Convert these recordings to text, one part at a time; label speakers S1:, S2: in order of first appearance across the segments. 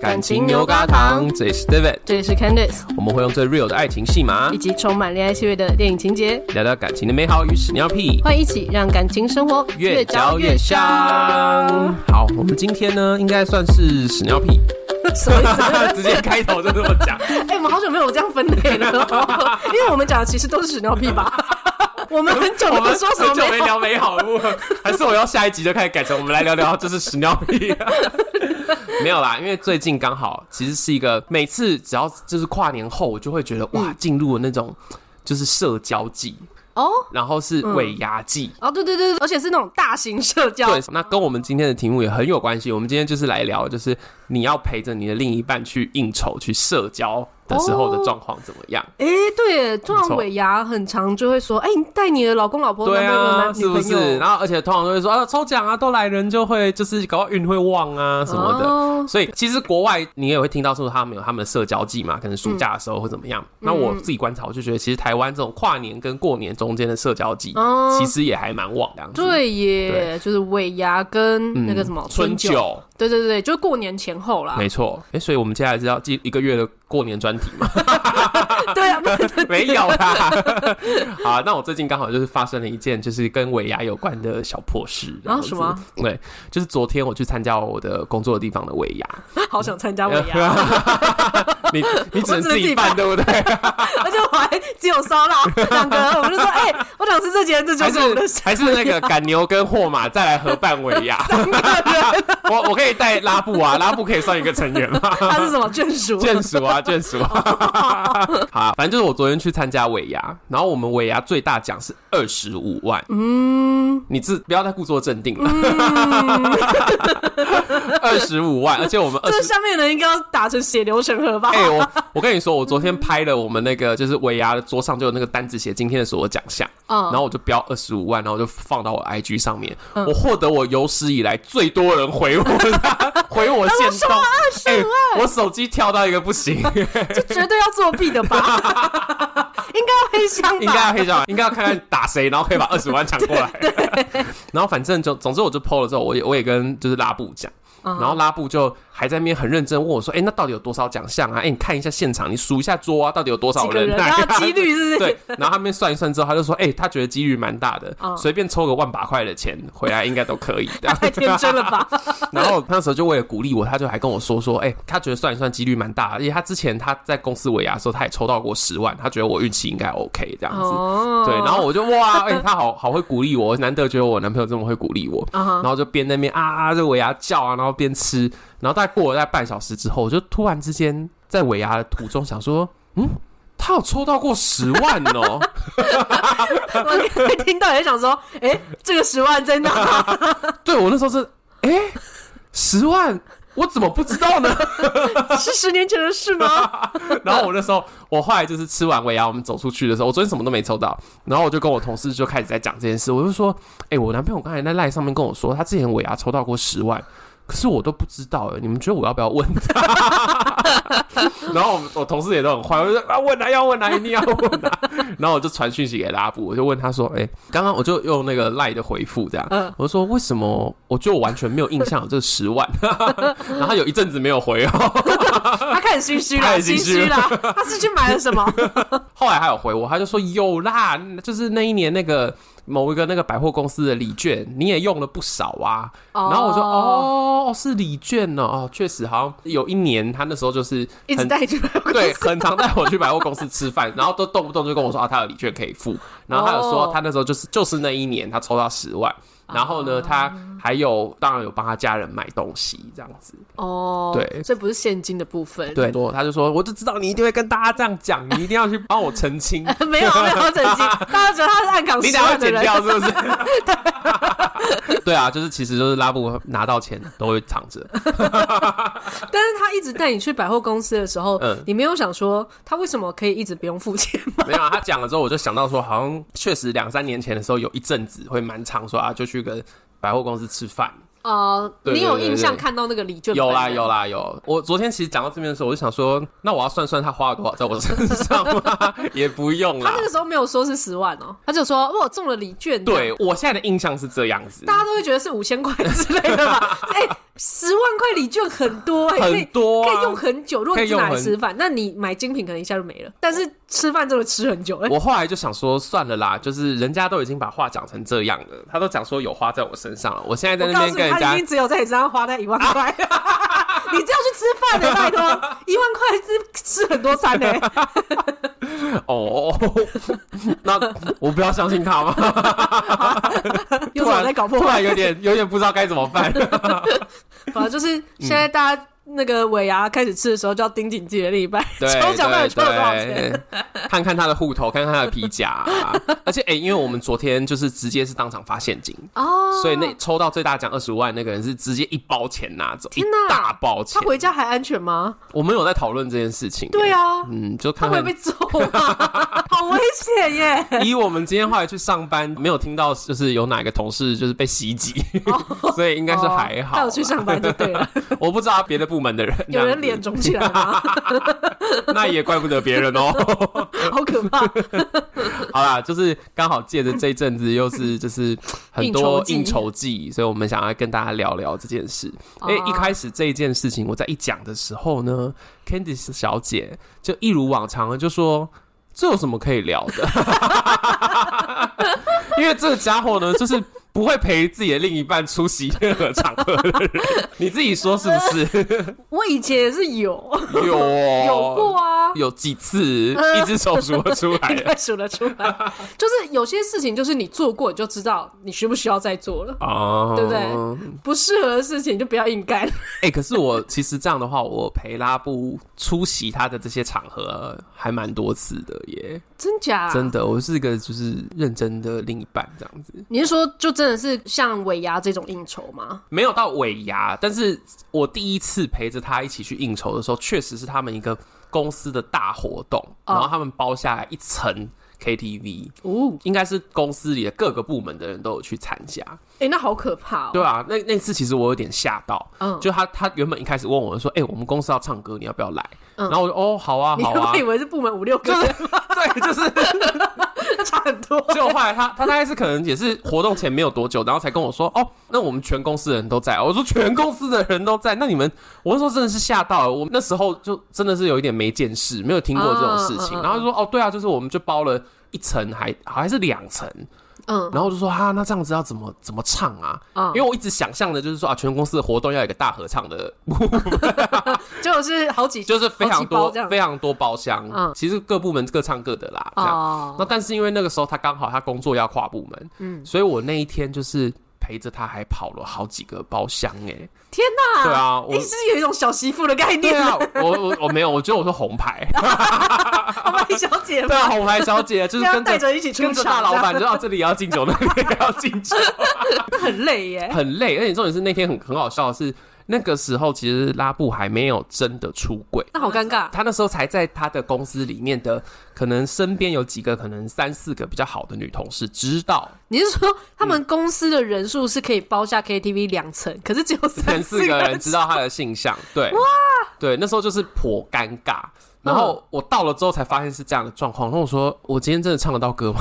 S1: 感情牛轧糖，这里是 David，
S2: 这里是 Candice，
S1: 我们会用最 real 的爱情戏码
S2: 以，及充满恋爱趣味的电影情节，
S1: 聊聊感情的美好与屎尿屁，
S2: 欢迎一起让感情生活
S1: 越嚼越香。好，我们今天呢，应该算是屎尿屁，
S2: 什么意思？
S1: 直接开头就这么讲。
S2: 哎、我们好久没有这样分类了哦，因为我们讲的其实都是屎尿 屁吧。我们很久
S1: 我
S2: 没
S1: 们
S2: 有说什
S1: 很
S2: 么
S1: 久没
S2: 没有，
S1: 聊美好的部分，还是我要下一集就开始改成我们来聊聊就是屎尿 屁、没有啦，因为最近刚好其实是一个每次只要就是跨年后，我就会觉得哇，进入了那种就是社交季，
S2: 哦
S1: 然后是尾牙季。
S2: 哦，对对对，对而且是那种大型社交，
S1: 对，那跟我们今天的题目也很有关系。我们今天就是来聊，就是你要陪着你的另一半去应酬、去社交的时候的状况怎么样？
S2: 哎、对耶，通
S1: 没
S2: 常
S1: 错
S2: 尾牙很长就会说，哎、你带你的老公、老婆、
S1: 对
S2: 男朋友、
S1: 啊，
S2: 男
S1: 是
S2: 女
S1: 不
S2: 朋友
S1: 是？然后而且通常都会说啊，抽奖啊，都来人就会就是搞到运会旺啊什么的。
S2: 哦
S1: 所以其实国外你也会听到说他们有他们的社交季嘛，可能暑假的时候会怎么样。
S2: 嗯
S1: 那我自己观察，我就觉得其实台湾这种跨年跟过年中间的社交季，
S2: 哦
S1: 其实也还蛮旺这样子。嗯
S2: 对耶，就是尾牙跟那个什么、
S1: 春
S2: 酒，啊
S1: 酒，
S2: 对对对，就过年前后啦。
S1: 没错。哎、所以我们接下来是要记一个月的过年专题嘛？
S2: 对啊，不是
S1: 没有啦。 好啊，那我最近刚好就是发生了一件就是跟尾牙有关的小破事。这样子
S2: 什么啊？
S1: 对，就是昨天我去参加我的工作的地方的尾牙。
S2: 好想参加啊尾 牙，
S1: 你你只能
S2: 我只能
S1: 自
S2: 自
S1: 己
S2: 己
S1: 办，对不对？
S2: 而且我还只有烧腊两个，我们就说，哎、我想吃这间， 这就
S1: 还
S2: 是我们的
S1: 是还是那个赶牛跟霍马再来合办尾牙？我我可以带拉布啊，拉布可以算一个成员吗？
S2: 它是什么眷 属？
S1: 眷属啊，眷属啊！ 好啊，反正就是我昨天去参加尾牙，然后我们尾牙最大奖是二十五万。嗯，嗯你自不要再故作镇定了。 二十五万，而且我们二
S2: 这
S1: 十。
S2: 下面的人应该要打成血流成河吧？
S1: 哎、我我跟你说，我昨天拍了我们那个就是尾牙的桌上就有那个单子写今天的所有奖项，
S2: 嗯
S1: 然后我就标二十五万，然后就放到我 IG 上面，我获得我有史以来最多人回我的 回我现
S2: 说
S1: 动，
S2: 25
S1: 哎我手机跳到一个不行，
S2: 这绝对要作弊 的吧？应该要黑箱
S1: 应该
S2: 吧？
S1: 要黑啊箱，应该要看看打谁，然后可以把二十万抢过 来。 然后反正就总之我就 PO 了之后，我也我也跟就是拉布讲。
S2: 嗯
S1: 然后拉布就还在那边很认真问我说：“哎、那到底有多少奖项啊？哎、你看一下现场，你数一下桌啊，到底有多
S2: 几
S1: 少
S2: 个人？
S1: 来、
S2: 然
S1: 啊？
S2: 后几率是不
S1: 对
S2: 是？，
S1: 然后他们算一算之后，他就说：“哎、他觉得几率蛮大的，随便抽个万把块的钱回来应该都可以的。
S2: 嗯 太天真了吧？”
S1: 然后那时候就为了鼓励我，他就还跟我说说：“哎、他觉得算一算几率蛮大的，因为他之前他在公司尾牙的时候，他也抽到过十万，他觉得我运气应该 OK 这样子。
S2: 哦
S1: 对，然后我就哇，哎、他好好会鼓励我，难得觉得我男朋友这么会鼓励我。
S2: 啊哈
S1: 然后就边那边啊啊这尾牙叫啊，然后边吃，然后大概过了大概半小时之后，我就突然之间在尾牙的途中想说，嗯，他有抽到过十万哦、
S2: 我听到也想说，哎、这个十万 在哪？
S1: 对我那时候是，哎、十万，我怎么不知道呢？
S2: 是十年前的事吗？
S1: 然后我那时候，我后来就是吃完尾牙，我们走出去的时候，我昨天什么都没抽到，然后我就跟我同事就开始在讲这件事，我就说，哎、我男朋友刚才在赖上面跟我说，他之前尾牙抽到过十万。可是我都不知道哎，你们觉得我要不要问 他？然后我们我同事也都很坏，我就说啊问啊要问啊一定要问啊，然后我就传讯息给拉布，我就问他说，哎、刚刚我就用那个赖的回复这样，
S2: 嗯
S1: 我就说为什么我就完全没有印象有这十万， 然后他有一阵子没有回哦，
S2: 他开始心虚
S1: 他
S2: 了，
S1: 很心
S2: 心
S1: 虚
S2: 虚了。他是去买了什么？
S1: 后来还有回我，他就说有啦，就是那一年那个某一个那个百货公司的礼券，你也用了不少啊。 然后我说，哦，是礼券呢、哦，确实好像有一年他那时候就是
S2: 一直
S1: 很
S2: 带去买。
S1: 对，很常带我去百货公司吃饭，然后都动不动就跟我说啊，他有礼券可以付。然后他有说
S2: 哦
S1: 他那时候就是就是那一年他抽到十万，然后呢他还有当然有帮他家人买东西这样子。
S2: 哦，
S1: 对
S2: 所以不是现金的部分。
S1: 对，他就说我就知道你一定会跟大家这样讲，你一定要去帮我澄清。
S2: 没有没有整 金，大家觉得他是暗 港
S1: 你
S2: 十
S1: 等下
S2: 万
S1: 会
S2: 的
S1: 剪
S2: 人。
S1: 掉是不是？ 对啊，就是其实就是拉布拿到钱都会藏着，
S2: 但是他一直带你去百货公司的时候，
S1: 嗯
S2: 你没有想说他为什么可以一直不用 付钱吗？
S1: 没有、啊、他讲了之后，我就想到说，好像确实两三年前的时候有一阵子会蛮常说啊，就去跟百货公司吃饭。
S2: 呃，
S1: 对
S2: 你有
S1: 对对
S2: 印象
S1: 对
S2: 看到那个礼券？
S1: 有啦有。啦有，我昨天其实讲到这边的时候，我就想说，那我要算算他花了多少在我身上吗？ 也不用
S2: 他
S1: 啦
S2: 那。个时候没有说是十万哦、他就说我中了礼券。
S1: 对我现在的印象是这样子，
S2: 大家都会觉得是五千块之类的吧？哎、十万块礼券很多哎、可以
S1: 很多、啊，
S2: 可以用很久。如果
S1: 可
S2: 你
S1: 以
S2: 是
S1: 用
S2: 拿来
S1: 很
S2: 吃饭，那你买精品可能一下就没了。但是吃饭真的吃很久，哎、
S1: 我后来就想说，算了啦，就是人家都已经把话讲成这样了，他都讲说有花在我身上了，我现在在
S2: 我
S1: 那
S2: 告
S1: 边
S2: 诉
S1: 跟人
S2: 你，他
S1: 家啊
S2: 已经只有在你身上花那一万块，你这样去吃 饭的、拜托，一万块是吃很多餐欸呢、
S1: 哦，那我不要相信他吗？
S2: 有
S1: 突
S2: 种
S1: 然
S2: 在搞破
S1: 突
S2: 坏
S1: 然。有点有点不知道该怎么 办。
S2: 反正
S1: 嗯
S2: 就是现在大家那个尾牙开始吃的时候，就要盯紧自己的另一半，
S1: 对
S2: 抽奖到底抽了多少
S1: 对
S2: 钱。
S1: 对， 看看他的户头，看看他的皮夹、而且哎、因为我们昨天就是直接是当场发现金，
S2: 哦，
S1: 所以那抽到最大奖二十万那个人是直接一包钱拿走，一
S2: 天哪
S1: 大包钱
S2: 他。回家还安全吗？
S1: 我们有在讨论这件事情、
S2: 对，啊，
S1: 嗯，就
S2: 他
S1: 看
S2: 会
S1: 看
S2: 被揍 啊，好危险耶！
S1: 以我们今天后来去上班，没有听到就是有哪个同事就是被袭击， 所以应该是还好啦。
S2: 带哦我去上班就对 了。
S1: 我不知道别的部门的人，
S2: 有人脸肿起来 吗？
S1: 那也怪不得别人哦。
S2: 好可怕！
S1: 好啦，就是刚好借着这一阵子，又是就是很多
S2: 应酬季
S1: 应酬季，所以我们想要跟大家聊聊这件事。
S2: 哦
S1: 因为一开始这一件事情，我在一讲的时候呢，Candice 小姐就一如往常的就说：“这有什么可以聊的？” 因为这个家伙呢，就是不会陪自己的另一半出席任何场合的人，你自己说是不 是？
S2: 我以前也是有
S1: 有哦
S2: 有过啊，
S1: 有几 次，一只手数得出来
S2: 应 该数得出 来。就是有些事情，就是你做过，你就知道你需不需要再做了。
S1: 哦，
S2: 对不对不适合的事情就不要硬 干。
S1: 哎、可是我其实这样的话，我陪拉布出席他的这些场合还蛮多次的耶，
S2: 真假？
S1: 真？的，我是一个就是认真的另一半这样子，
S2: 你是说就真的是像尾牙这种应酬吗？
S1: 没有到尾牙，但是我第一次陪着他一起去应酬的时候，确实是他们一个公司的大活动，
S2: 哦
S1: 然后他们包下来一层 KTV，
S2: 哦，
S1: 应该是公司里的各个部门的人都有去参加，
S2: 哎，那好可怕哦。
S1: 对啊，那那次其实我有点吓到，
S2: 嗯
S1: 就他他原本一开始问我说，哎、我们公司要唱歌，你要不要来？
S2: 嗯
S1: 然后我就哦，好啊，
S2: 你
S1: 好
S2: 会
S1: 啊
S2: 不会以，为是部门五六个
S1: 就是
S2: 人，
S1: 对，就是，
S2: 差很多。
S1: 就后来他他大概是可能也是活动前没有多久，然后才跟我说，哦，那我们全公司的人都在，我说全公司的人都在，那你们，我那时候真的是吓到了，我那时候就真的是有一点没见识，没有听过这种事情，
S2: 嗯嗯嗯嗯
S1: 然后就说，哦，对啊，就是我们就包了一层还还是两层，
S2: 嗯
S1: 然后我就说哈、那这样子要怎么怎么唱啊？
S2: 嗯
S1: 因为我一直想象的就是说啊，全公司的活动要有一个大合唱的，
S2: 就是好几，
S1: 就是非常
S2: 好几包
S1: 多
S2: 这样
S1: 非常多包厢，
S2: 嗯
S1: 其实各部门各唱各的啦，这样。
S2: 哦
S1: 那但是因为那个时候他刚好他工作要跨部门，嗯，所以我那一天就是陪着他还跑了好几个包厢哎、
S2: 天哪！
S1: 对啊，我
S2: 诶，是有一种小媳妇的概
S1: 对
S2: 念
S1: 啊，我我我没有，我觉得我是红 牌，
S2: 好吧，小姐
S1: 对啊，
S2: 嘛，
S1: 红牌小姐就是
S2: 要
S1: 跟
S2: 带
S1: 着
S2: 着一起出
S1: 跟着大
S2: 场，
S1: 老板，就啊到这里也要敬酒，那里也要敬 酒，
S2: 这样很累耶。
S1: 很累，而且重点是那天很很好笑的是，那个时候其实拉布还没有真的出轨。
S2: 那好尴尬。
S1: 他那时候才在他的公司里面的，可能身边有几个，可能三四个比较好的女同事知道，
S2: 你是说他们公司的人数是可以包
S1: 嗯
S2: 下 KTV 两层，可是只有三
S1: 前
S2: 四
S1: 四
S2: 个
S1: 个
S2: 人
S1: 人知道他的性向，对，哇，对，那时候就是颇尴尬。然后我到了之后才发现是这样的状况，然后我说我今天真的唱得到歌吗？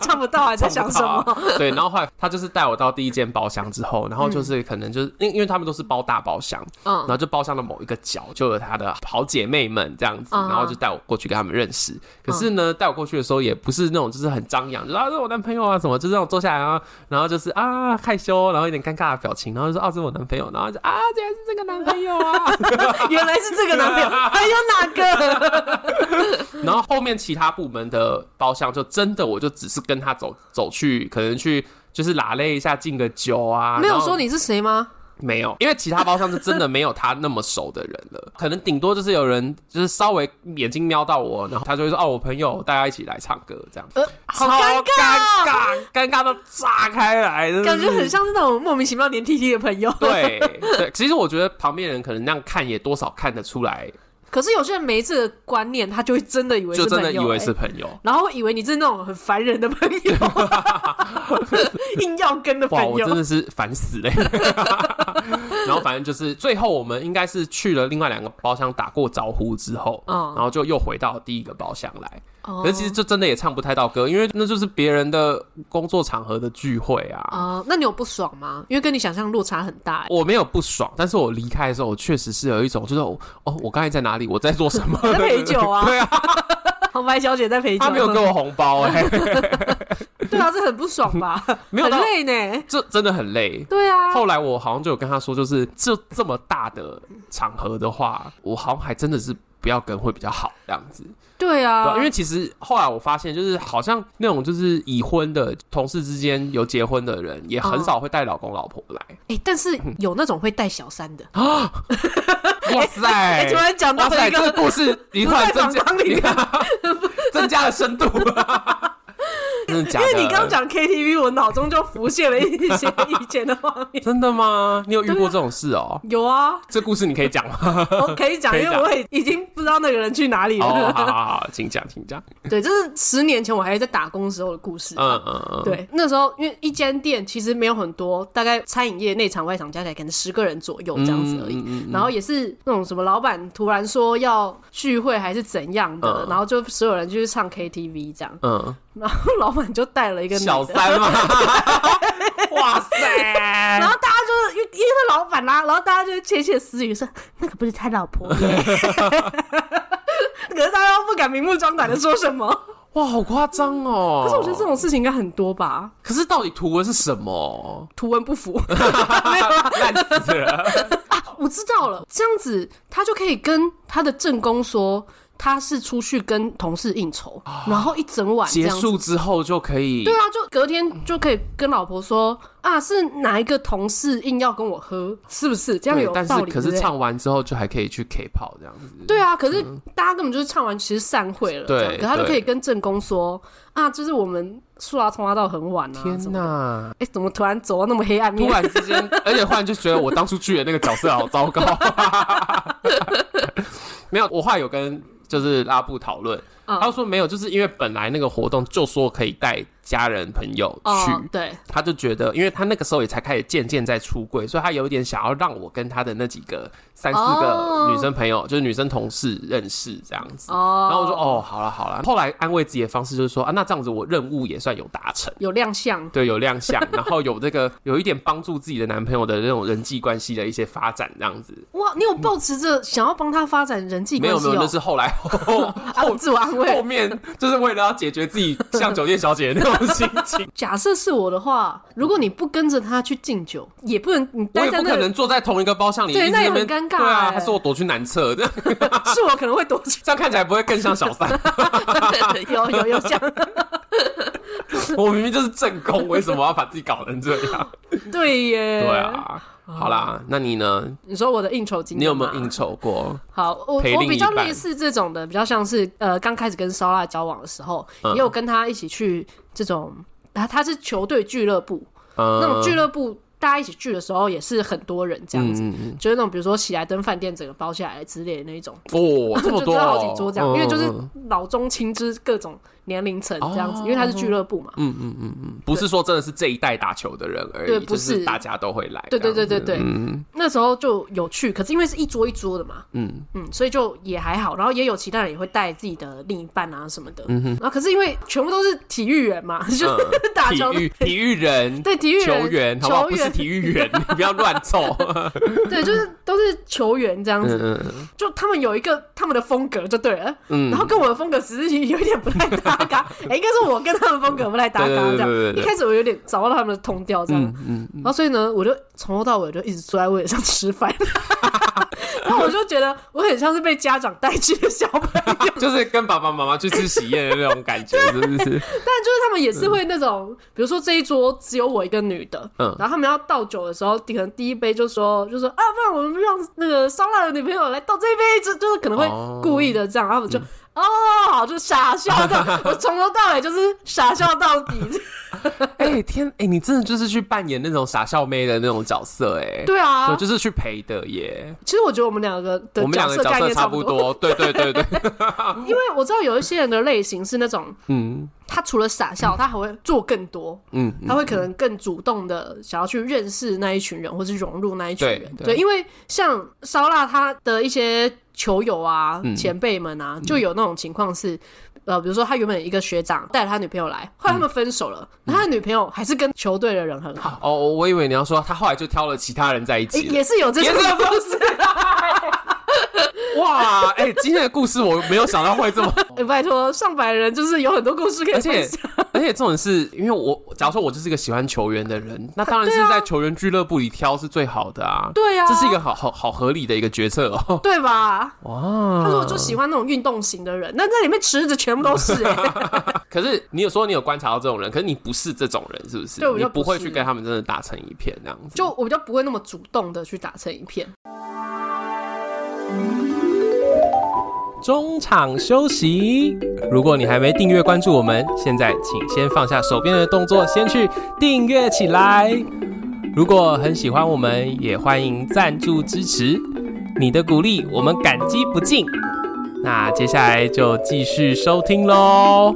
S2: 唱不 到，还啊在想什么？
S1: 啊 对，然后后来他就是带我到第一间包厢之后，然后就是可能就是因因为他们都是包大包厢，然
S2: 嗯，
S1: 后就包厢的某一个角就有他的好姐妹们这样子，
S2: 嗯
S1: 然后就带我过去跟他们认识。可是呢，带我过去的时候也不是那种就是很张扬，就是啊这是我男朋友啊什么，就是那种坐下来啊，然后就是啊害羞，然后有点尴尬的表情，然后就说啊这是我男朋友，然后就啊竟然是这个男朋友 啊，
S2: 原来是这 个男朋友，还有哪个？
S1: 然后后面其他部门的包厢就真的我就只是跟他走走去，可能去。就是拉了一下敬个酒啊，
S2: 没有
S1: 然后
S2: 说你是谁吗？
S1: 没有， 因为其他包厢是真的没有他那么熟的人 了，可能顶多就是有人就是稍微眼睛瞄到我，然后他就会说哦，我朋友大家一起来唱歌这样，
S2: 呃，好
S1: 超
S2: 尴
S1: 尴
S2: 尬，
S1: 尬，尴尬到炸开来，真的
S2: 感
S1: 是
S2: 觉很。像是那种莫名其妙黏 T T 的朋友。，
S1: 对对，其实我觉得旁边人可能那样看也多少看得出来，
S2: 可是有些人没这个观念，他就会真的以为
S1: 就是真
S2: 朋友，
S1: 的以为是
S2: 欸，
S1: 朋友。
S2: 然后以为你是那种很烦人的朋 友，硬要跟的
S1: 哇，
S2: 朋
S1: 我
S2: 友
S1: 真。的是烦死了！ 然后反正就是最后我们应该是去了另外两个包厢打过招呼之后，
S2: 嗯
S1: 然后就又回到第一个包厢来。
S2: 哦
S1: 可是其实就真的也唱不太到歌，因为那就是别人的工作场合的聚会啊。
S2: 哦，那你有不爽吗？因为跟你想象落差很大、欸。
S1: 我没有不爽，但是我离开的时候，我确实是有一种就是哦，哦我刚才在哪里，我在做 什么？
S2: 在陪酒啊
S1: 对啊，
S2: 红白小姐在陪酒，
S1: 他没有给我红包 哎、
S2: 对啊，这很不爽吧？
S1: 没有
S2: 很
S1: 到，
S2: 累呢。
S1: 这真的很累。
S2: 对啊，
S1: 后来我好像就有跟他说，就是这这么大的场合的话，我好像还真的是不要跟会比较好这样子。
S2: 对
S1: 对啊、
S2: 啊，
S1: 因为其实后来我发现，就是好像那种就是已婚的同事之间有结婚的人，也
S2: 嗯
S1: 很少会带老公老婆来。
S2: 哎、但是有那种会带小三的。
S1: 哇
S2: 哎、
S1: 塞！
S2: 突然讲到
S1: 哇
S2: 了
S1: 塞，
S2: 一
S1: 这个
S2: 个，
S1: 故事你突然增加
S2: 不在访纲，里
S1: 你
S2: 面
S1: 看增加了 深度，真的假
S2: 因
S1: 的？
S2: 为你刚刚讲 KTV，我脑中就浮现了一些 以前的画面。
S1: 真的吗？你有遇
S2: 对
S1: 过
S2: 啊
S1: 这种事哦、
S2: 有啊，
S1: 这故事你可以讲吗？
S2: 我可以讲，
S1: 可以
S2: 因为
S1: 讲
S2: 我也已经不知道那个人去哪里
S1: 哦，好
S2: 了。
S1: 好好 好，请讲，请讲。
S2: 对，这是十年前我还在打工时候的故事。
S1: 嗯嗯嗯，
S2: 对，那时候因为一间店其实没有很多，大概餐饮业内场外场加起来可能十个人左右这样子而已。
S1: 嗯嗯嗯
S2: 然后也是那种什么老板突然说要聚会还是怎样的，
S1: 嗯
S2: 然后就所有人就去唱 KTV 这样，
S1: 嗯，
S2: 然后老板就带了一个女
S1: 小
S2: 的。
S1: 三 嘛，哇
S2: 然
S1: 塞！
S2: 后大家就是因为因为是老板啦、然后大家就窃窃私语说那个不是他老婆耶， 可是大家又不敢明目张胆的说什
S1: 哦
S2: 么。
S1: 哇，好夸张哦！
S2: 可是我觉得这，种事情应该很多吧，
S1: 可是到底图文是什 么？
S2: 图文不符，没有啦，
S1: 烂死了！
S2: 我知道了，这样子他就可以跟他的正宫说他是出去跟同事应酬，然后一整晚这
S1: 哦结
S2: 样子。
S1: 束之后就可以
S2: 对啊，就隔天就可以跟老婆说啊，是哪一个同事硬要跟我喝，是不是？这样
S1: 对，
S2: 有
S1: 但
S2: 道
S1: 是
S2: 理。
S1: 可
S2: 对
S1: 是
S2: 不对
S1: 唱完之后就还可以去 K 跑这样子。
S2: 对啊，可是大家根本就是唱完其实散会了，
S1: 对
S2: 这样可他就
S1: 对
S2: 可以跟正宫说啊，就是我们宿拉通话到很晚啊，
S1: 天
S2: 哪！
S1: 哪！
S2: 哎，怎么突然走到那么黑暗 面
S1: 突？然之间，而且忽然就觉得我当初剧的那个角色好糟糕。 没有，我后来有跟就是拉布讨论，
S2: 嗯
S1: 他说没有，就是因为本来那个活动就说可以带家人朋友去，
S2: 哦，对，
S1: 他就觉得，因为他那个时候也才开始渐渐在出柜，所以他有一点想要让我跟他的那几个三四
S2: 哦
S1: 个女生朋友就是女生同事认识这样子。
S2: 哦，
S1: 然后我说哦，好了好了。后来安慰自己的方式就是说啊，那这样子我任务也算有达成，
S2: 有亮相，
S1: 对，有亮相， 然后有这个有一点帮助自己的男朋友的那种人际关系的一些发展这样子。
S2: 哇，你有抱持着想要帮他发展人际
S1: 没
S2: 关
S1: 有
S2: 系
S1: 没
S2: 哦、
S1: 有，那是哦后来后
S2: 啊，我自我安
S1: 后
S2: 慰。
S1: 面就是为了要解决自己像酒店小姐的那种心 情，
S2: 假设是我的话，如果你不跟着他去敬酒，也不能你
S1: 我
S2: 待
S1: 也
S2: 在
S1: 不
S2: 那
S1: 可
S2: 里，
S1: 能坐在同一个包厢里，一
S2: 对
S1: 直
S2: 那也
S1: 在边
S2: 很尴尬
S1: 对啊，
S2: 欸
S1: 他说我躲去南侧，这样
S2: 是我可能会躲起
S1: 这样看起来不会更像小三。
S2: 来。 有有有这样，
S1: 我明明就是正宫，为什么要把自己搞成这样？
S2: 对哦耶。
S1: 对，啊，好啦，那你呢？
S2: 你说我的应酬经
S1: 你
S2: 验
S1: 有
S2: 吗，
S1: 没有应酬过？
S2: 好，我
S1: 陪另
S2: 我比较
S1: 一半
S2: 类似这种的，比较像是呃，刚开始跟烧腊交往的时候，
S1: 嗯
S2: 也有跟他一起去这种，他他是球队俱乐部，
S1: 嗯，
S2: 那种俱乐部大家一起聚的时候也是很多人这样子，
S1: 嗯嗯
S2: 就是那种比如说喜来登饭店整个包下来之类的那一种，
S1: 嗯哦，这么
S2: 就
S1: 多
S2: 知道
S1: 哦，
S2: 好几桌这样，
S1: 嗯
S2: 因为就是
S1: 嗯
S2: 老中青之各种年龄层这样子，
S1: 哦
S2: 因为它是俱乐部嘛。
S1: 嗯嗯嗯嗯，不是说真的是这一代打球的人而已，
S2: 对不
S1: 就是是大家都会来这
S2: 对
S1: 样子。
S2: 对对对对，
S1: 嗯
S2: 那时候就有去，可是因为是一桌一桌的嘛，
S1: 嗯
S2: 嗯，所以就也还好。然后也有其他人也会带自己的另一半啊什么的，嗯、然后可是因为全部都是体育员嘛， 就是打球
S1: 嗯体
S2: 的
S1: 育体育人。
S2: 对体育
S1: 球员，好不好？
S2: 球
S1: 不是
S2: 员
S1: 体育员， 你不要乱凑。
S2: 对，就是都是球员这样子，
S1: 嗯嗯
S2: 就他们有一个他们的风格就对了，
S1: 嗯
S2: 然后跟我的风格只是有一点不太搭 嘎，哎、应该是我跟他们风格不太搭嘎
S1: 对
S2: 这
S1: 对对
S2: 样。
S1: 对对
S2: 一
S1: 对，
S2: 开始我有点找不到他们的同调这样，
S1: 嗯嗯，
S2: 然后所以呢，我就从头到尾就一直坐在位置上吃饭， 然后我就觉得我很像是被家长带去的小朋友，但
S1: 就是跟爸爸妈妈去吃喜宴的那种感 觉，是不是？
S2: 就是他们也是会那种，比如说这一桌只有我一个女的，
S1: 嗯
S2: 然后他们要倒酒的时候，可能第一杯就说就说啊，不然我们让那个烧腊的女朋友来倒这一杯，就就是可能会
S1: 哦嗯
S2: 故意的这样，然后我就、哦，好，就傻笑到我从头到尾就是傻笑到底。
S1: 哎、天，哎、你真的就是去扮演那种傻笑妹的那种角色、哎，
S2: 对啊
S1: 我，就是去陪的耶。
S2: 其实我觉得我们两个的
S1: 我们两个
S2: 色
S1: 角
S2: 概
S1: 色
S2: 念
S1: 差
S2: 不
S1: 不，多， 对对对对，
S2: 因为我知道有一些人的类型是那种
S1: 嗯
S2: 他除了傻笑，他还会做更多，
S1: 嗯，
S2: 他会可能更主动的想要去认识那一群人，或是融入那一群人。
S1: 对
S2: 对，
S1: 对
S2: 因为像烧腊他的一些球友啊、
S1: 嗯
S2: 前辈们啊，就有那种情况是。呃，比如说他原本一个学长带了他女朋友来，后来他们分手了，
S1: 嗯
S2: 那他的女朋友还是跟球队的人很好，
S1: 哦，我以为你要说他后来就挑了其他人在一
S2: 诶
S1: 起了。
S2: 也是有这种
S1: 也是有
S2: 故事。啊
S1: 哇，哎、今天的故事我没有想到会这么，
S2: 诶拜托，上百人就是有很多故事可以
S1: 而
S2: 分
S1: 且
S2: 享。
S1: 而且重点是因为我，假如说我就是一个喜欢球员的人，那当然是
S2: 啊
S1: 在球员俱乐部里挑是最好的啊。
S2: 对啊，
S1: 这是一个好好好合理的一个决策哦。
S2: 对吧？
S1: 哇！
S2: 他说我就喜欢那种运动型的人，那那里面池子全部都是、欸诶
S1: 可是你有说你有观察到这种人，可是你不是这种人，是不是？
S2: 对我
S1: 你
S2: 就
S1: 不
S2: 不
S1: 会
S2: 是
S1: 去跟他们真的打成一片那样子。
S2: 就我比较不会那么主动的去打成一片。
S1: 中场休息。如果你还没订阅关注我们，现在请先放下手边的动作，先去订阅起来。如果很喜欢我们，也欢迎赞助支持，你的鼓励我们感激不尽。那接下来就继续收听喽。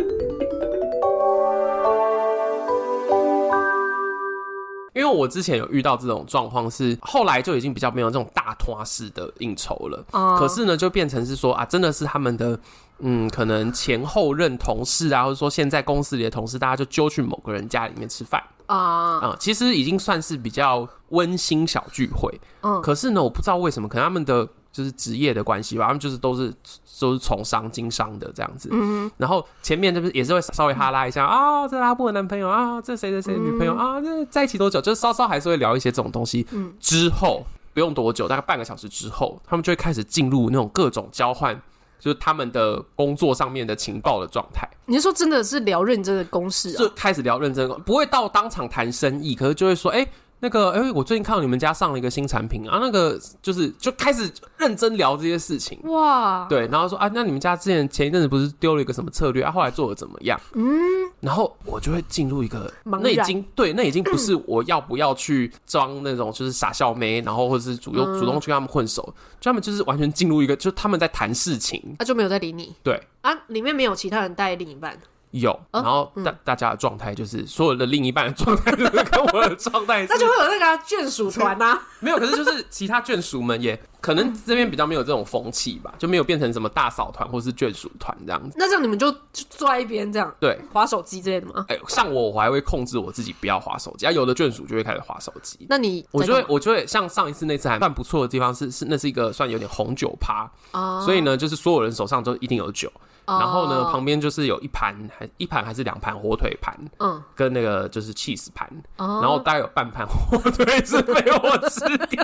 S1: 因为我之前有遇到这种状况，是后来就已经比较没有这种大团式的应酬了。
S2: 哦
S1: 可是呢，就变成是说啊，真的是他们的嗯，可能前后任同事啊，或者说现在公司里的同事，大家就揪去某个人家里面吃饭
S2: 啊、
S1: 啊、其实已经算是比较温馨小聚会。
S2: 嗯
S1: 可是呢，我不知道为什么，可能他们的就是职业的关系吧，他们就是都是都是从商经商的这样子。嗯，然后前面就是也是会稍微哈拉一下啊、这是阿布的男朋友啊，这谁谁谁的女朋友、啊，这在一起多久？就是稍稍还是会聊一些这种东西。嗯，之后不用多久，大概半个小时之后，他们就会开始进入那种各种交换，就是他们的工作上面的情报的状态。
S2: 你是说真的是聊认真的公事
S1: 就
S2: 啊？
S1: 开始聊认真，不会到当场谈生意，可是就会说，哎、那个，哎、我最近看到你们家上了一个新产品啊，那个就是就开始认真聊这些事情。
S2: 嗯哇，
S1: 对，然后说啊，那你们家之前前一阵子不是丢了一个什么策略啊？后来做的怎么样？嗯，然后我就会进入一个，
S2: 茫
S1: 那已
S2: 然
S1: 经对，那已经不是我要不要去装那种就是傻笑妹，然后或者是主动
S2: 嗯
S1: 主动去跟他们混熟，就他们就是完全进入一个，就他们在谈事情，
S2: 他、就没有再理你
S1: 对，
S2: 啊？里面没有其他人带另一半，
S1: 有，
S2: 嗯
S1: 然后大、大家的状态就是所有的另一半的状态就是跟我的状态是
S2: 那就会有那个啊眷属团呐、啊。
S1: 没有，可是就是其他眷属们也可能这边比较没有这种风气吧，就没有变成什么大嫂团或是眷属团这样子。
S2: 那这样你们就就坐在一边这样
S1: 对，
S2: 划手机之类的吗？
S1: 哎、像我我还会控制我自己不要划手机，啊，有的眷属就会开始划手机。
S2: 那你
S1: 我
S2: 在
S1: 就会
S2: 干，嘛
S1: 我就会像上一次那次还算不错的地方是，是那是一个算有点红酒趴，
S2: 啊
S1: 所以呢，就是所有人手上都一定有酒，
S2: 哦
S1: 然后呢，旁边就是有一盘还一盘还是两盘火腿盘，
S2: 嗯
S1: 跟那个就是 cheese 盘，
S2: 哦
S1: 然后大概有半盘火腿是被我吃 掉，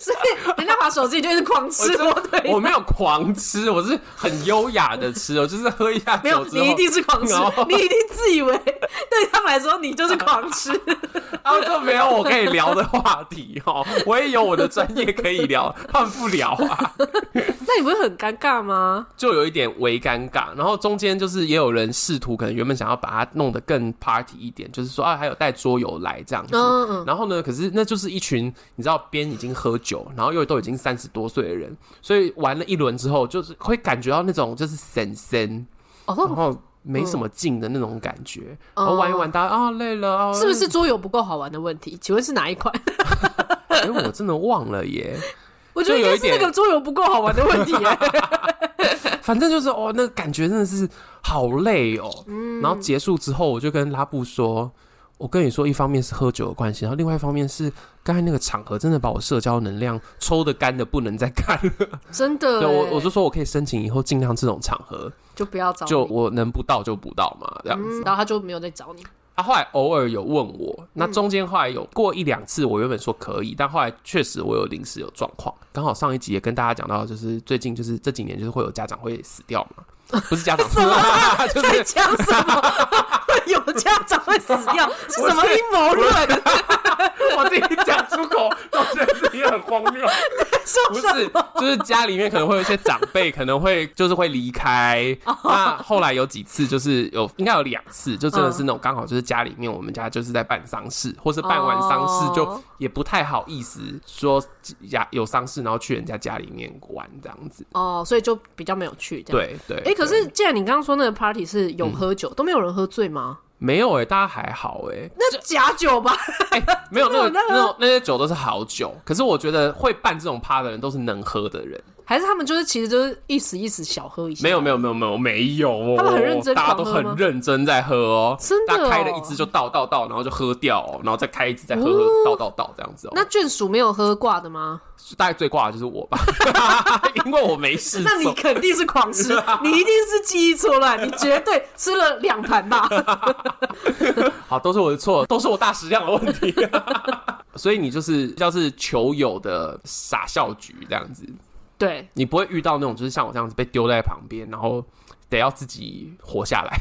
S2: 所以人家划手机就是狂
S1: 我
S2: 吃
S1: 真的
S2: 火腿，
S1: 我没有狂吃，我是很优雅的吃，我就是喝一下
S2: 没有
S1: 酒，之
S2: 你一
S1: 后，
S2: 定是狂吃
S1: 然后，
S2: 你一定自以为 对他们来说你就是狂 吃。
S1: 他们啊就没有我可以聊的话题 哦，我也有我的专业可以聊，他们不聊啊，
S2: 那你不是很尴尬吗？
S1: 就有一点微尴尬。然后中间就是也有人试图可能原本想要把它弄得更 party 一点，就是说啊还有带桌游来这样子，
S2: 嗯嗯，
S1: 然后呢，可是那就是一群你知道边已经喝酒，然后又都已经三十多岁的人，所以玩了一轮之后，就是会感觉到那种就是神神，然
S2: 哦，嗯
S1: 后没什么劲的那种感觉。然后玩一玩，大家啊累了啊，
S2: 哦是不是桌游不够好玩的问题？请问是哪一款？
S1: 哎，我真的忘了 耶。
S2: 我觉得应该是那个桌游不够好玩的 问题耶。
S1: 反正就是哦，那个感觉真的是好累哦。
S2: 嗯
S1: 然后结束之后，我就跟拉布说。我跟你说，一方面是喝酒的关系，然后另外一方面是刚才那个场合真的把我社交能量抽的干的不能再干了。
S2: 真的耶，
S1: 对我，我就说我可以申请以后尽量这种场合，
S2: 就不要找你
S1: 就我能不到就不到嘛，这样子。
S2: 嗯，然后他就没有再找 你。
S1: 他、后来偶尔有问我，那中间后来有过一两次，我原本说可以，但后来确实我有临时有状况，刚好上一集也跟大家讲到，就是最近就是这 几年就是会有家长会死掉嘛，不是家长，就是
S2: 在讲什么？ 会有家长会死 掉，是什么阴谋论？
S1: 我自己讲出口，我觉得自己很荒谬。不
S2: 说什
S1: 是，就是家里面可能会有一些长辈，可能会就是会离开。
S2: 哦
S1: 那后来有几次，就是有应该有两次，就真的是
S2: 嗯
S1: 那种刚好就是家里面我们家就是在办丧事，或是办完丧事就
S2: 哦
S1: 也不太好意思说家有丧事，然后去人家家里面玩这样子。
S2: 哦，所以就比较没有去这样。
S1: 对对，
S2: 哎、可
S1: 对
S2: 是既然你刚刚说那个 party 是有喝酒，都没有人喝醉吗？
S1: 没有哎、大家还好哎、
S2: 嗯那假酒吧，
S1: 没有那个
S2: 真的有那个
S1: 那种那些酒都是好酒，可是我觉得会办这种趴的人都是能喝的人。
S2: 还是他们就是其实就是一时一时小喝一下？
S1: 没有没有没有没有没有哦，
S2: 他们很认真
S1: 大家都
S2: 狂喝吗
S1: 很认真在喝哦，
S2: 真的
S1: 大
S2: 哦
S1: 家开了一支就倒倒倒，然后就喝掉、哦，然后再开一支再喝喝、
S2: 哦
S1: 倒倒倒这样子哦。
S2: 那眷属没有喝挂的吗？
S1: 大概最挂的就是我吧， 因为我没事
S2: 那你
S1: 做。
S2: 肯定是狂 吃，你一定是记忆错乱，你绝对吃了两盘吧？
S1: 好，都是我的错，都是我大食量的问题。 所以你就是要是球友的傻笑局这样子，
S2: 对，
S1: 你不会遇到那种就是像我这样子被丢在旁边，然后得要自己活下来。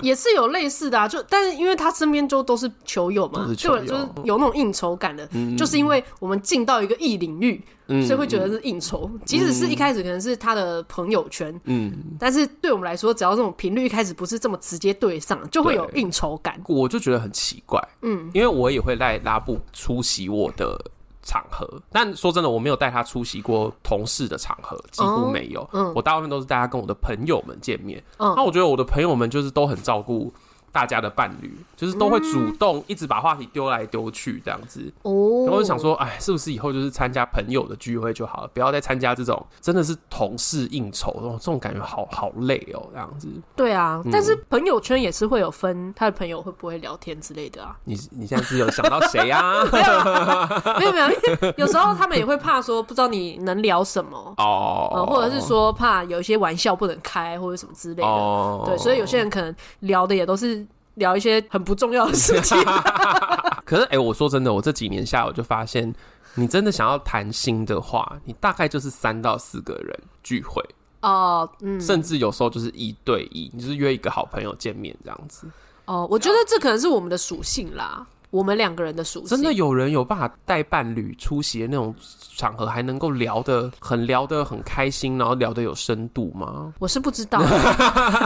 S2: 也是有类似的啊，就但是因为他身边就都是球友嘛
S1: 都是，球
S2: 就
S1: 友嗯
S2: 有就是有那种应酬感的，就是因为我们进到一个异领域，所以会觉得是应酬。即使是一开始可能是他的朋友圈，
S1: 嗯，
S2: 但是对我们来说，只要这种频率一开始不是这么直接对上，就会有
S1: 对
S2: 应酬感。
S1: 我就觉得很奇怪，嗯，因为我也会带拉布出席我的场合，但说真的，我没有带他出席过同事的场合，几乎没有，嗯，我大部分都是带他跟我的朋友们见面，
S2: 嗯
S1: 那我觉得我的朋友们就是都很照顾。大家的伴侣就是都会主动一直把话题丢来丢去这样子，
S2: 哦，
S1: 然后我就想，说，哎，是不是以后就是参加朋友的聚会就好了，不要再参加这种真的是同事应酬，哦，这种感觉好好累哦，这样子。
S2: 对啊，
S1: 嗯
S2: 但是朋友圈也是会有分他的朋友会不会聊天之类的 啊。
S1: 你你现在是有想到谁啊呀、
S2: 没有啦，没有没有，因为有时候他们也会怕说不知道你能聊什么，呃，
S1: 哦，
S2: 或者是说怕有一些玩笑不能开或者什么之类的。
S1: 哦
S2: 对，所以有些人可能聊的也都是聊一些很不重要的事 情。
S1: 可是哎、我说真的，我这几年下来我就发现，你真的想要谈心的话，你大概就是三到四个人聚会，
S2: 哦，嗯，
S1: 甚至有时候就是一对一，你就是约一个好朋友见面这样子。
S2: 哦，我觉得这可能是我们的属性啦，我们两个人的属性。
S1: 真的有人有办法带伴侣出席的那种场合，还能够聊得很聊得很开心，然后聊得有深度吗？
S2: 我是不知道，啊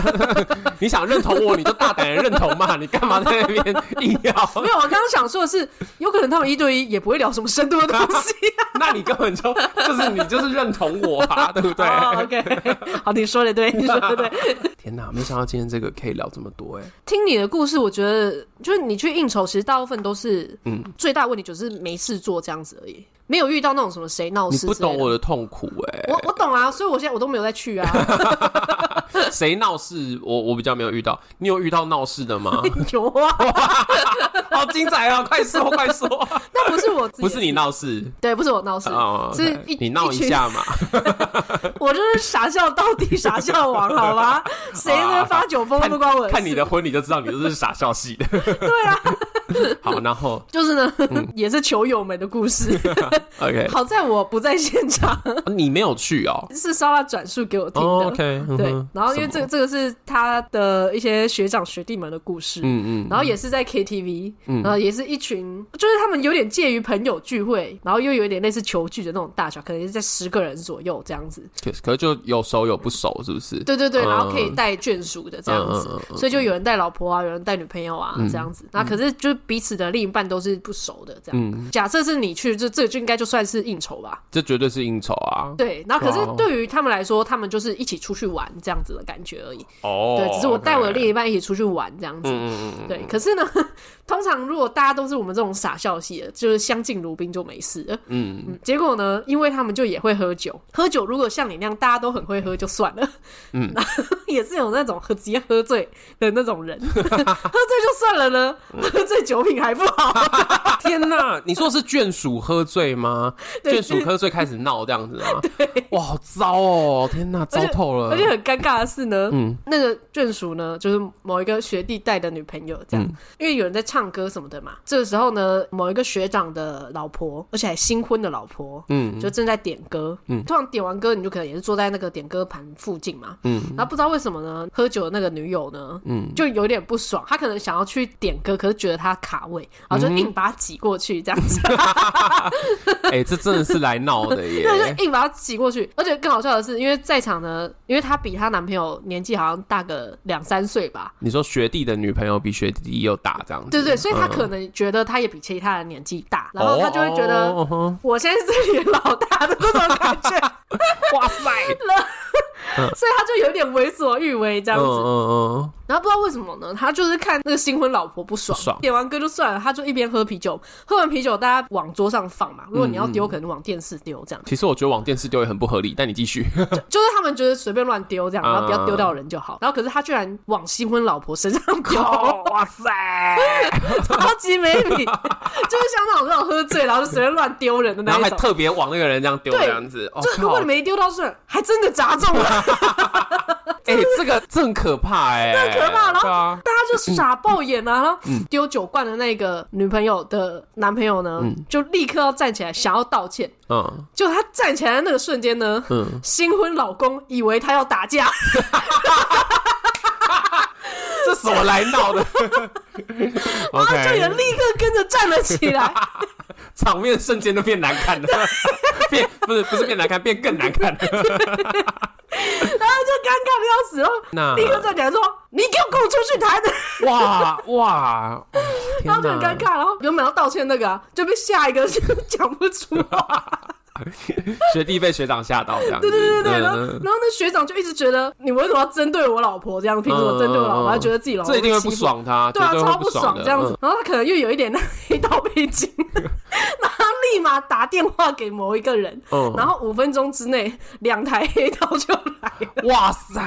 S1: 你想认同我，你就大胆的认同嘛，你干嘛在那边硬 要？
S2: 没有，我刚刚想说的是，有可能他们一对一也不会聊什么深度的东西。啊
S1: 那你根本就就是你就是认同我啊，对不 对？
S2: 哦，OK，好， 你说的对，你说的对。
S1: 天哪，没想到今天这个可以聊这么多哎、
S2: 听你的故事，我觉得就是你去应酬，其实大部分都是，嗯，最大问题就是没事做这样子而已，没有遇到那种什么谁闹
S1: 你
S2: 事之
S1: 不
S2: 类的。
S1: 懂我的痛苦哎、
S2: 我我懂啊，所以我现在我都没有再 去啊。
S1: 谁闹事我我比较没有遇到，你有遇到闹事的吗？
S2: 有啊，
S1: 哦好精彩啊！快说快说，
S2: 那不是我自己，
S1: 不是你，闹事
S2: 对，不是我闹事，
S1: 哦
S2: 是
S1: OK
S2: 一
S1: 你闹一，下嘛，
S2: 群
S1: 啊
S2: 我就是傻笑到底，傻笑王，好吧？ 谁
S1: 好啊
S2: 能发酒疯都
S1: 看
S2: 不关我的事。
S1: 啊看你的婚礼就知道你就是傻笑系 的。对啊，好，然后
S2: 就是呢，
S1: 嗯
S2: 也是球友们的 故事。
S1: OK，
S2: 好在我不在现场，
S1: 你没有去哦。
S2: 是烧腊转述给我听
S1: 哦
S2: 的。
S1: OK，嗯
S2: 对
S1: 哼，
S2: 然后因为
S1: 什
S2: 这个
S1: 么
S2: 这个是他的一些学长学弟们的故事，
S1: 嗯嗯，嗯
S2: 然后也是在 KTV，、然后也是一群，就是他们有点介于朋友聚会，然后又有点类似球聚的那种大小，可能也是在十个人左右这样子。
S1: 可可是就有熟有不熟，是不是？
S2: 对对对，
S1: 嗯
S2: 然后可以带眷属的这样子，
S1: 嗯嗯嗯
S2: 所以就有人带老婆啊，有人带女朋友啊、这样子。那可是就是彼此的另一半都是不熟的这样。假设是你去，这这就应该就算是应酬
S1: 嗯
S2: 吧。
S1: 这绝对是应酬啊。
S2: 对，然后可
S1: 哇哦
S2: 是对于他们来说，他们就是一起出去玩这样子的感觉而已。
S1: 哦，
S2: 对，只是我带我的
S1: OK
S2: 另一半一起出去玩这样子。对，可是呢，通常如果大家都是我们这种傻笑系的，就是相敬如宾就没事了。嗯结果呢，因为他们就也会喝酒，喝酒如果像你那样大家都很会喝就算了， 嗯，也是有那种喝直接喝醉的那种人， 喝醉就算了呢，喝醉酒品还不好，
S1: 天呐，你说是眷属喝醉吗？
S2: 对
S1: 眷属喝醉开始闹这样子 吗？哇，好糟哦！天呐，糟透了
S2: 而。且很尴尬的是呢，那个眷属呢，就是某一个学弟带的女朋友这样，因为有人在唱歌什么的嘛。这个时候呢，某一个学长的老婆，而且还新婚的老婆，嗯，就正在点歌，嗯，通常点完歌，你就可能也是坐在那个点歌盘附近嘛，嗯，然后不知道为什么呢？喝酒的那个女友呢，
S1: 嗯，
S2: 就有点不爽，她可能想要去点歌，可是觉得她卡位，然后就硬把她挤过去这样子，
S1: 哎、这真的是来闹 的耶。
S2: 对，就硬把她挤过去。而且更好笑的是，因为在场呢，因为她比她男朋友年纪好像大个两三岁吧，
S1: 你说学弟的女朋友比学弟又大这样子，
S2: 对对，所以她
S1: 嗯
S2: 可能觉得她也比其他人年纪大，然后她就会觉得、
S1: 哦哦哦
S2: 我现在是你老大的这种感 觉，
S1: 哦哇塞，
S2: 所以她就有点为所欲为这
S1: 嗯
S2: 样子。
S1: 嗯
S2: 然后不知道为什么呢，他就是看那个新婚老婆不爽，
S1: 不爽
S2: 点完歌就算了，他就一边喝啤酒，喝完啤酒大家往桌上放嘛。如果你要丢，可能往电视丢这样
S1: 嗯，，其实我觉得往电视丢也很不合理，但你继续，
S2: 就就是他们觉得随便乱丢这样，
S1: 嗯
S2: 然后不要丢到人就好。然后可是他居然往新婚老婆身上丢，
S1: 哇塞，
S2: 超级没品，就是像那种那种喝醉然后就随便乱丢人的
S1: 然
S2: 那
S1: 后
S2: 一
S1: 还
S2: 种。
S1: 特别往那个人这样丢
S2: 对
S1: 这样子，哦
S2: 就如果你
S1: 靠
S2: 没丢到顺，还真的砸中了，
S1: 哎、这个这很可怕哎、
S2: 很可怕。然后
S1: 对啊
S2: 大家就傻爆眼啊，然后
S1: 嗯
S2: 丢酒罐的那个女朋友的男朋友呢，就立刻要站起来想要道歉。
S1: 嗯
S2: 就他站起来的那个瞬间呢，
S1: 嗯，
S2: 新婚老公以为他要打架，
S1: 这什么来闹 的
S2: 然后就也
S1: ？OK，
S2: 立刻跟着站了起 来。
S1: 场面瞬间都变难看了， 变不是不是变难看，变更难看了。
S2: 然后就尴尬的要死，然后
S1: 那
S2: 立刻站起来说：“你给我滚出去谈！”
S1: 哇哇，天
S2: 然后就很
S1: 哪
S2: 尴尬，然后原本要道歉那个、啊、就被下一个 就讲不出话，
S1: 学弟被学长吓到这样子，
S2: 对对对对，然后
S1: 嗯
S2: 然后那学长就一直觉得你为什么要针对我老婆这样？凭什么针对我
S1: 嗯
S2: 老
S1: 嗯嗯
S2: 婆？他觉得自己老婆
S1: 这一定
S2: 被
S1: 会
S2: 欺
S1: 不
S2: 负
S1: 爽他，
S2: 对啊，
S1: 绝
S2: 超
S1: 会不
S2: 爽
S1: 的
S2: 这样子
S1: 嗯。
S2: 然后他可能又有一点那黑 道背景，然后立马打电话给某一个人，
S1: 嗯
S2: 然后五分钟之内两台黑道就来了。
S1: 哇塞！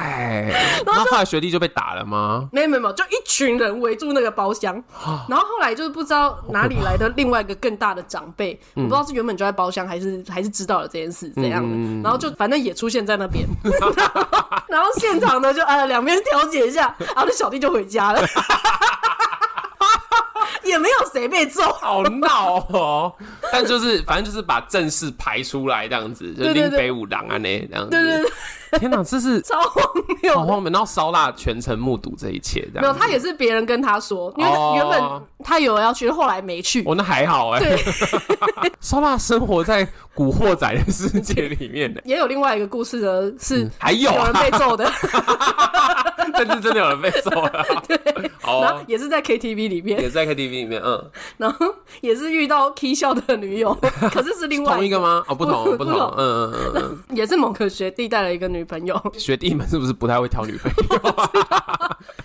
S1: 然后后来学弟就被打了吗？
S2: 没有没有没有，就一群人围住那个包厢，
S1: 啊
S2: 然后后来就是不知道哪里来的另外一个更大的长辈，
S1: 嗯
S2: 我不知道是原本就在包厢，还是还是知道了这件事怎样的，
S1: 嗯
S2: 然后就反正也出现在那 边，然后现场呢就呃两边调解一下，然后那小弟就回家 了，也没有谁被揍，
S1: 好闹哦！ 但就是反正就是把正事排出来这样子，就
S2: 对对
S1: 拎
S2: 对
S1: 北五郎啊那这样子。
S2: 对对
S1: 天哪，这 是
S2: 超荒谬
S1: 好
S2: 的。
S1: 荒谬！然后烧腊全程目睹这一切，这样子
S2: 没有，他也是别人跟他说，因为他原
S1: 哦
S2: 本他有要去，后来没去。
S1: 哦，那还好哎、
S2: 对，
S1: 烧腊生活在古惑仔的世界里面 呢、
S2: 也有另外一个故事呢，是
S1: 还有
S2: 有人
S1: 啊，
S2: 被揍的，
S1: 但是真的有人被揍了。
S2: 然后
S1: 哦，
S2: 也是在 KTV 里面，
S1: 也在 KTV 里面，嗯，
S2: 然后也是遇到 K 笑的 女友，可是是另外
S1: 同一个吗？哦，不同，
S2: 不
S1: 不同，
S2: 不同
S1: 嗯嗯嗯嗯，
S2: 也是某个学弟带了一个女 朋友，
S1: 学弟们是不是不太会挑女朋 友？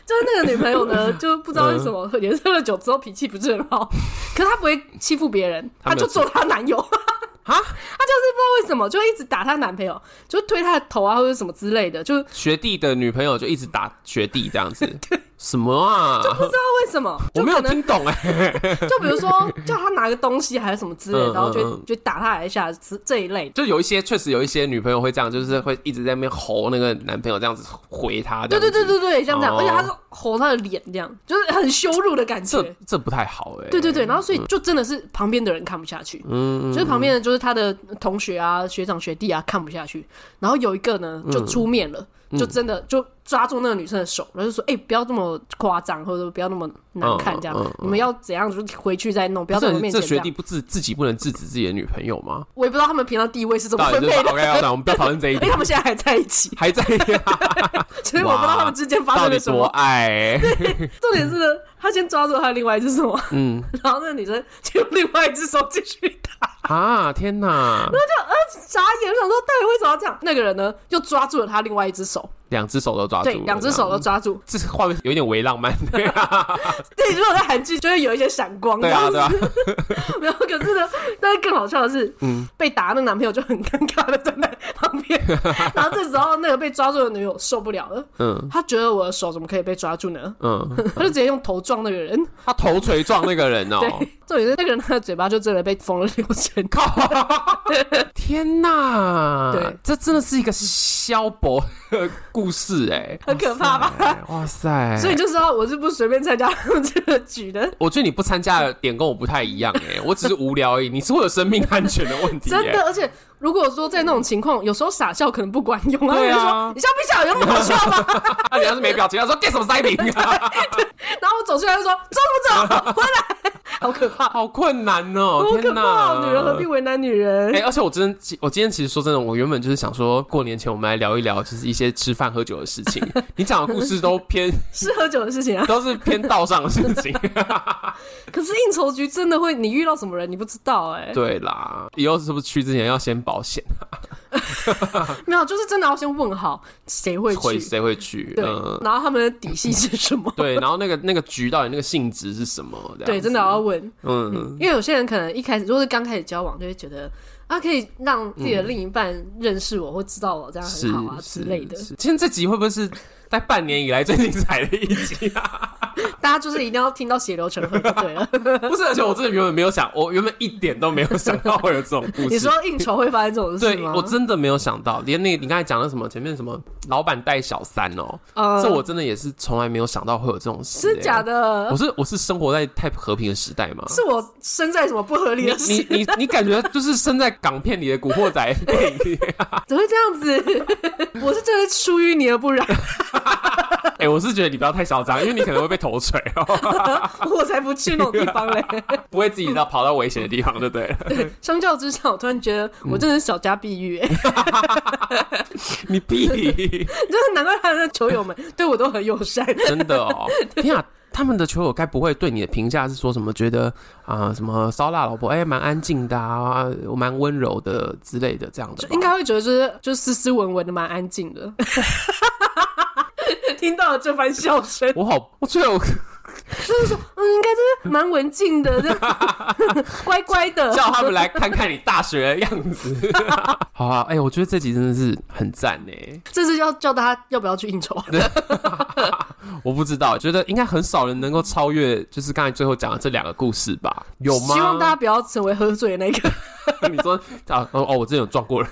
S2: 就是那个女朋友呢，就不知道为什么
S1: 嗯
S2: 也是喝了酒之后脾气不是很 好，可是她不会欺负别人，
S1: 她
S2: 她
S1: 没有
S2: 就揍她男友， 她就
S1: 啊，
S2: 是不知道为什么就一直打她男朋友，就推她的头啊或者什么之类的，就
S1: 学弟的女朋友就一直打学弟这 样子，什么啊？
S2: 不知道为什么，
S1: 我
S2: 就
S1: 没
S2: 可
S1: 有
S2: 能
S1: 听懂哎、
S2: 就比如说叫他拿个东西还是什么之类的，
S1: 嗯
S2: 然后
S1: 嗯
S2: 就
S1: 嗯
S2: 就打他来一下这这一类的。
S1: 就有一些确实有一些女朋友会这样，就是会一直在那边吼那个男朋友这样子回他这样
S2: 对
S1: 子，
S2: 对对对对，像这样，
S1: 哦
S2: 而且他是吼他的脸，这样就是很羞辱的感觉。
S1: 这这不太好哎、
S2: 对对对，然后所以就真的是旁边的人看不下去，嗯，就是旁边的就是他的同学啊、学长学弟啊看不下去，然后有一个呢
S1: 嗯
S2: 就出面了，就真的就抓住那个女生的手，然后就说：“哎、不要这么夸张，或者说不要那么难看，这样、
S1: 嗯嗯嗯
S2: 你们要怎样就回去再弄，不要在我
S1: 这
S2: 面
S1: 这
S2: 前这
S1: 学弟
S2: 样。
S1: 不自自己不能制止自己的女朋友吗”？
S2: 我也不知道他们平常地位是怎么
S1: 到底
S2: 分
S1: 是
S2: 配
S1: OK
S2: 的，
S1: OK，我们不要讨论这一
S2: 哎，
S1: 点
S2: 他，们现在还在一起。
S1: 还在
S2: 所以我不知道他们之间发
S1: 到
S2: 生
S1: 底
S2: 了什
S1: 多
S2: 么。
S1: 爱、
S2: 重点是呢，他先抓住他的另外一只手，
S1: 嗯
S2: 然后那个女生就用另外一只手继续打，
S1: 啊，天哪，
S2: 傻眼，我想说到底为什么要这样？那个人呢，又抓住了他另外一只手，
S1: 两只手都抓住啊了，
S2: 对，两只手都抓住。
S1: 这样，这画面有点微浪漫，对啊，
S2: 对，如果在韩剧就会有一些闪光，
S1: 对 啊，对啊，
S2: 然后可 是呢，但是更好笑的是，
S1: 嗯
S2: 被打的那男朋友就很尴尬的站在 旁边，然后这时候那个被抓住的女友受不了了，
S1: 嗯
S2: 她觉得我的手怎么可以被抓住呢？
S1: 嗯，
S2: 她就直接用头撞那个人，
S1: 他头锤撞那个人哦、
S2: 对，重点是那个人他的嘴巴就真的被缝了六针，
S1: 靠！ 天哪，
S2: 对
S1: 这真的是一个消薄的故故事哎、
S2: 很可怕吧
S1: 哇塞！哇塞
S2: 所以你就知道我是不随便参加他们这个局的，
S1: 我觉得你不参加的点跟我不太一样哎、我只是无聊而已。你是会有生命安全的问题、欸，
S2: 真的。而且如果说在那种情况，有时候傻笑可能不管用啊。
S1: 对啊
S2: 有人说你笑不笑？有那么好笑吗？
S1: 啊，你要是没表情，他说 get 什么塞饼 啊，
S2: 然后我走出来就说走不走？回来，好可怕，
S1: 好困难哦、
S2: 好可
S1: 天
S2: 怕
S1: 哪，
S2: 哦！女人何必为难女 人？
S1: 哎、而且我真的，我今天其实说真的，我原本就是想说，过年前我们来聊一聊，就是一些吃饭喝酒的事情。你讲的故事都偏，
S2: 是喝酒的事情啊。
S1: 都是偏道上的事 情。
S2: 可是应酬局真的会，你遇到什么人你不知道哎、
S1: 对啦，以后是不是去之前要先保险？
S2: 没有，就是真的要先问好谁会
S1: 会
S2: 去，
S1: 谁会去？
S2: 对，
S1: 嗯，
S2: 然后他们的底细是什么？
S1: 对。然后那个那个局到底那个性质是什么？ 这样
S2: 对，
S1: 子
S2: 真的哦要问，
S1: 嗯，
S2: 因为有些人可能一开始如果是刚开始交往，就会觉得啊，可以让自己的另一半认识我或知道我，这样
S1: 是
S2: 很好啊之
S1: 嗯是
S2: 类的。
S1: 是今天这集会不会是在半年以来最精彩的一集啊？
S2: 大家就是一定要听到血流成河就对了。
S1: 不是，而且我真的原本没有想，我原本一点都没有想到会有这种故事。
S2: 你说应酬会发生这种事
S1: 对
S2: 吗？
S1: 我真的没有想到，连那个你刚才讲的什么前面什么老板带小三哦、
S2: 呃
S1: 这我真的也是从来没有想到会有这种事、
S2: 是假
S1: 的？
S2: 的
S1: 我，是我是生活在太和平的时代吗？
S2: 是我身在什么不合理
S1: 你
S2: 的
S1: 你
S2: 事，
S1: 你你感觉就是身在港片里的古惑仔 电影里。
S2: 怎么会这样子？ 我是真的出淤泥而不染，
S1: 哎、我是觉得你不要太嚣张，因为你可能会被头锤哦，
S2: 我才不去那种地方嘞。
S1: 不会自己到跑到危险的地方，对不对？
S2: 相较之下，我突然觉得我真的是小家碧玉、欸，
S1: 你屁，
S2: 真的难怪他的球友们对我都很友善。
S1: 真的 哦！天啊，他们的球友该不会对你的评价是说什么？觉得啊、什么骚辣老婆，哎、蛮安静的啊，蛮温柔的之类的，这样的
S2: 就
S1: 吧
S2: 应该会觉得就是就斯斯文文的，蛮安静的。听到了这番笑声，
S1: 我好，我觉得我
S2: 嗯，应该就是蛮文静的，这样乖乖的。
S1: 叫他们来看看你大学的样子。 好啊，哎、我觉得这集真的是很赞哎，
S2: 这是要叫大家要不要去应酬？
S1: 我不知道，觉得应该很少人能够超越，就是刚才最后讲的这两个故事吧？有吗？
S2: 希望大家不要成为喝醉的那个。
S1: 家 你说啊哦哦，我之前有撞过人，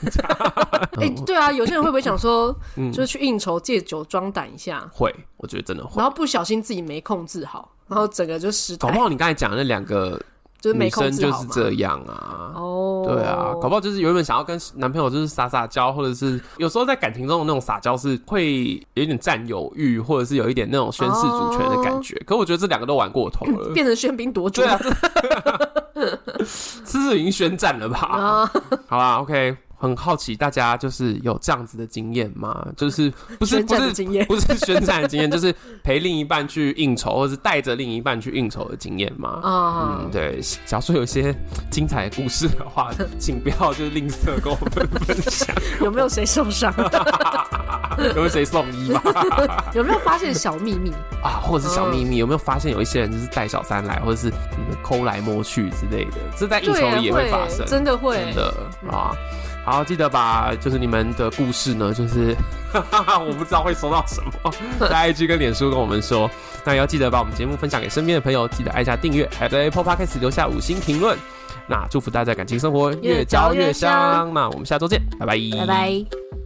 S2: 哎、对啊，有些人会不会想说，就是去应酬借酒装胆一下，
S1: 会，我觉得真的会。
S2: 然后不小心自己没控制好，然后整个就失
S1: 搞
S2: 态
S1: 不，好你刚才讲的那两个
S2: 就是没
S1: 女
S2: 控
S1: 生
S2: 制
S1: 就
S2: 好
S1: 是
S2: 嘛。
S1: 这样啊。
S2: 哦，
S1: 对啊，搞不好就是原本想要跟男朋友就是撒撒娇，或者是有时候在感情中的那种撒娇是会有一点占有欲，或者是有一点那种宣示主权的感觉。
S2: 哦
S1: 可我觉得这两个都玩过头 了，
S2: 变成喧宾夺主
S1: 对啊，这这是已经宣战了吧？
S2: 啊！
S1: 好啦 o k 很好奇大家就是有这样子的经验吗？就是不是
S2: 宣
S1: 不
S2: 战的
S1: 是
S2: 经验
S1: 不是宣战的经验，就是陪另一半去应酬，或是带着另一半去应酬的经验吗？
S2: 啊。
S1: 嗯，对，假如说有一些精彩的故事的话，请不要就是吝啬跟我们 分享，
S2: 有没有谁受伤？
S1: 有没有谁送医吧？
S2: 有没有发现小秘 密？
S1: 啊，或者是小秘密，有没有发现有一些人就是带小三来，或者是嗯抠来摸去之类的，这在应酬
S2: 对，
S1: 里也会发生，
S2: 真的会。
S1: 真的啊。好，记得把就是你们的故事呢，就是 我不知道会收到什么，在 IG 跟脸书跟我们说。那也要记得把我们节目分享给身边的朋友，记得按下订阅，还有在 Apple Podcast 留下五星评论。那祝福大家感情生活
S2: 越
S1: 越嚼
S2: 嚼越
S1: 越
S2: 香
S1: 香。那我们下周见，拜拜，
S2: 拜拜。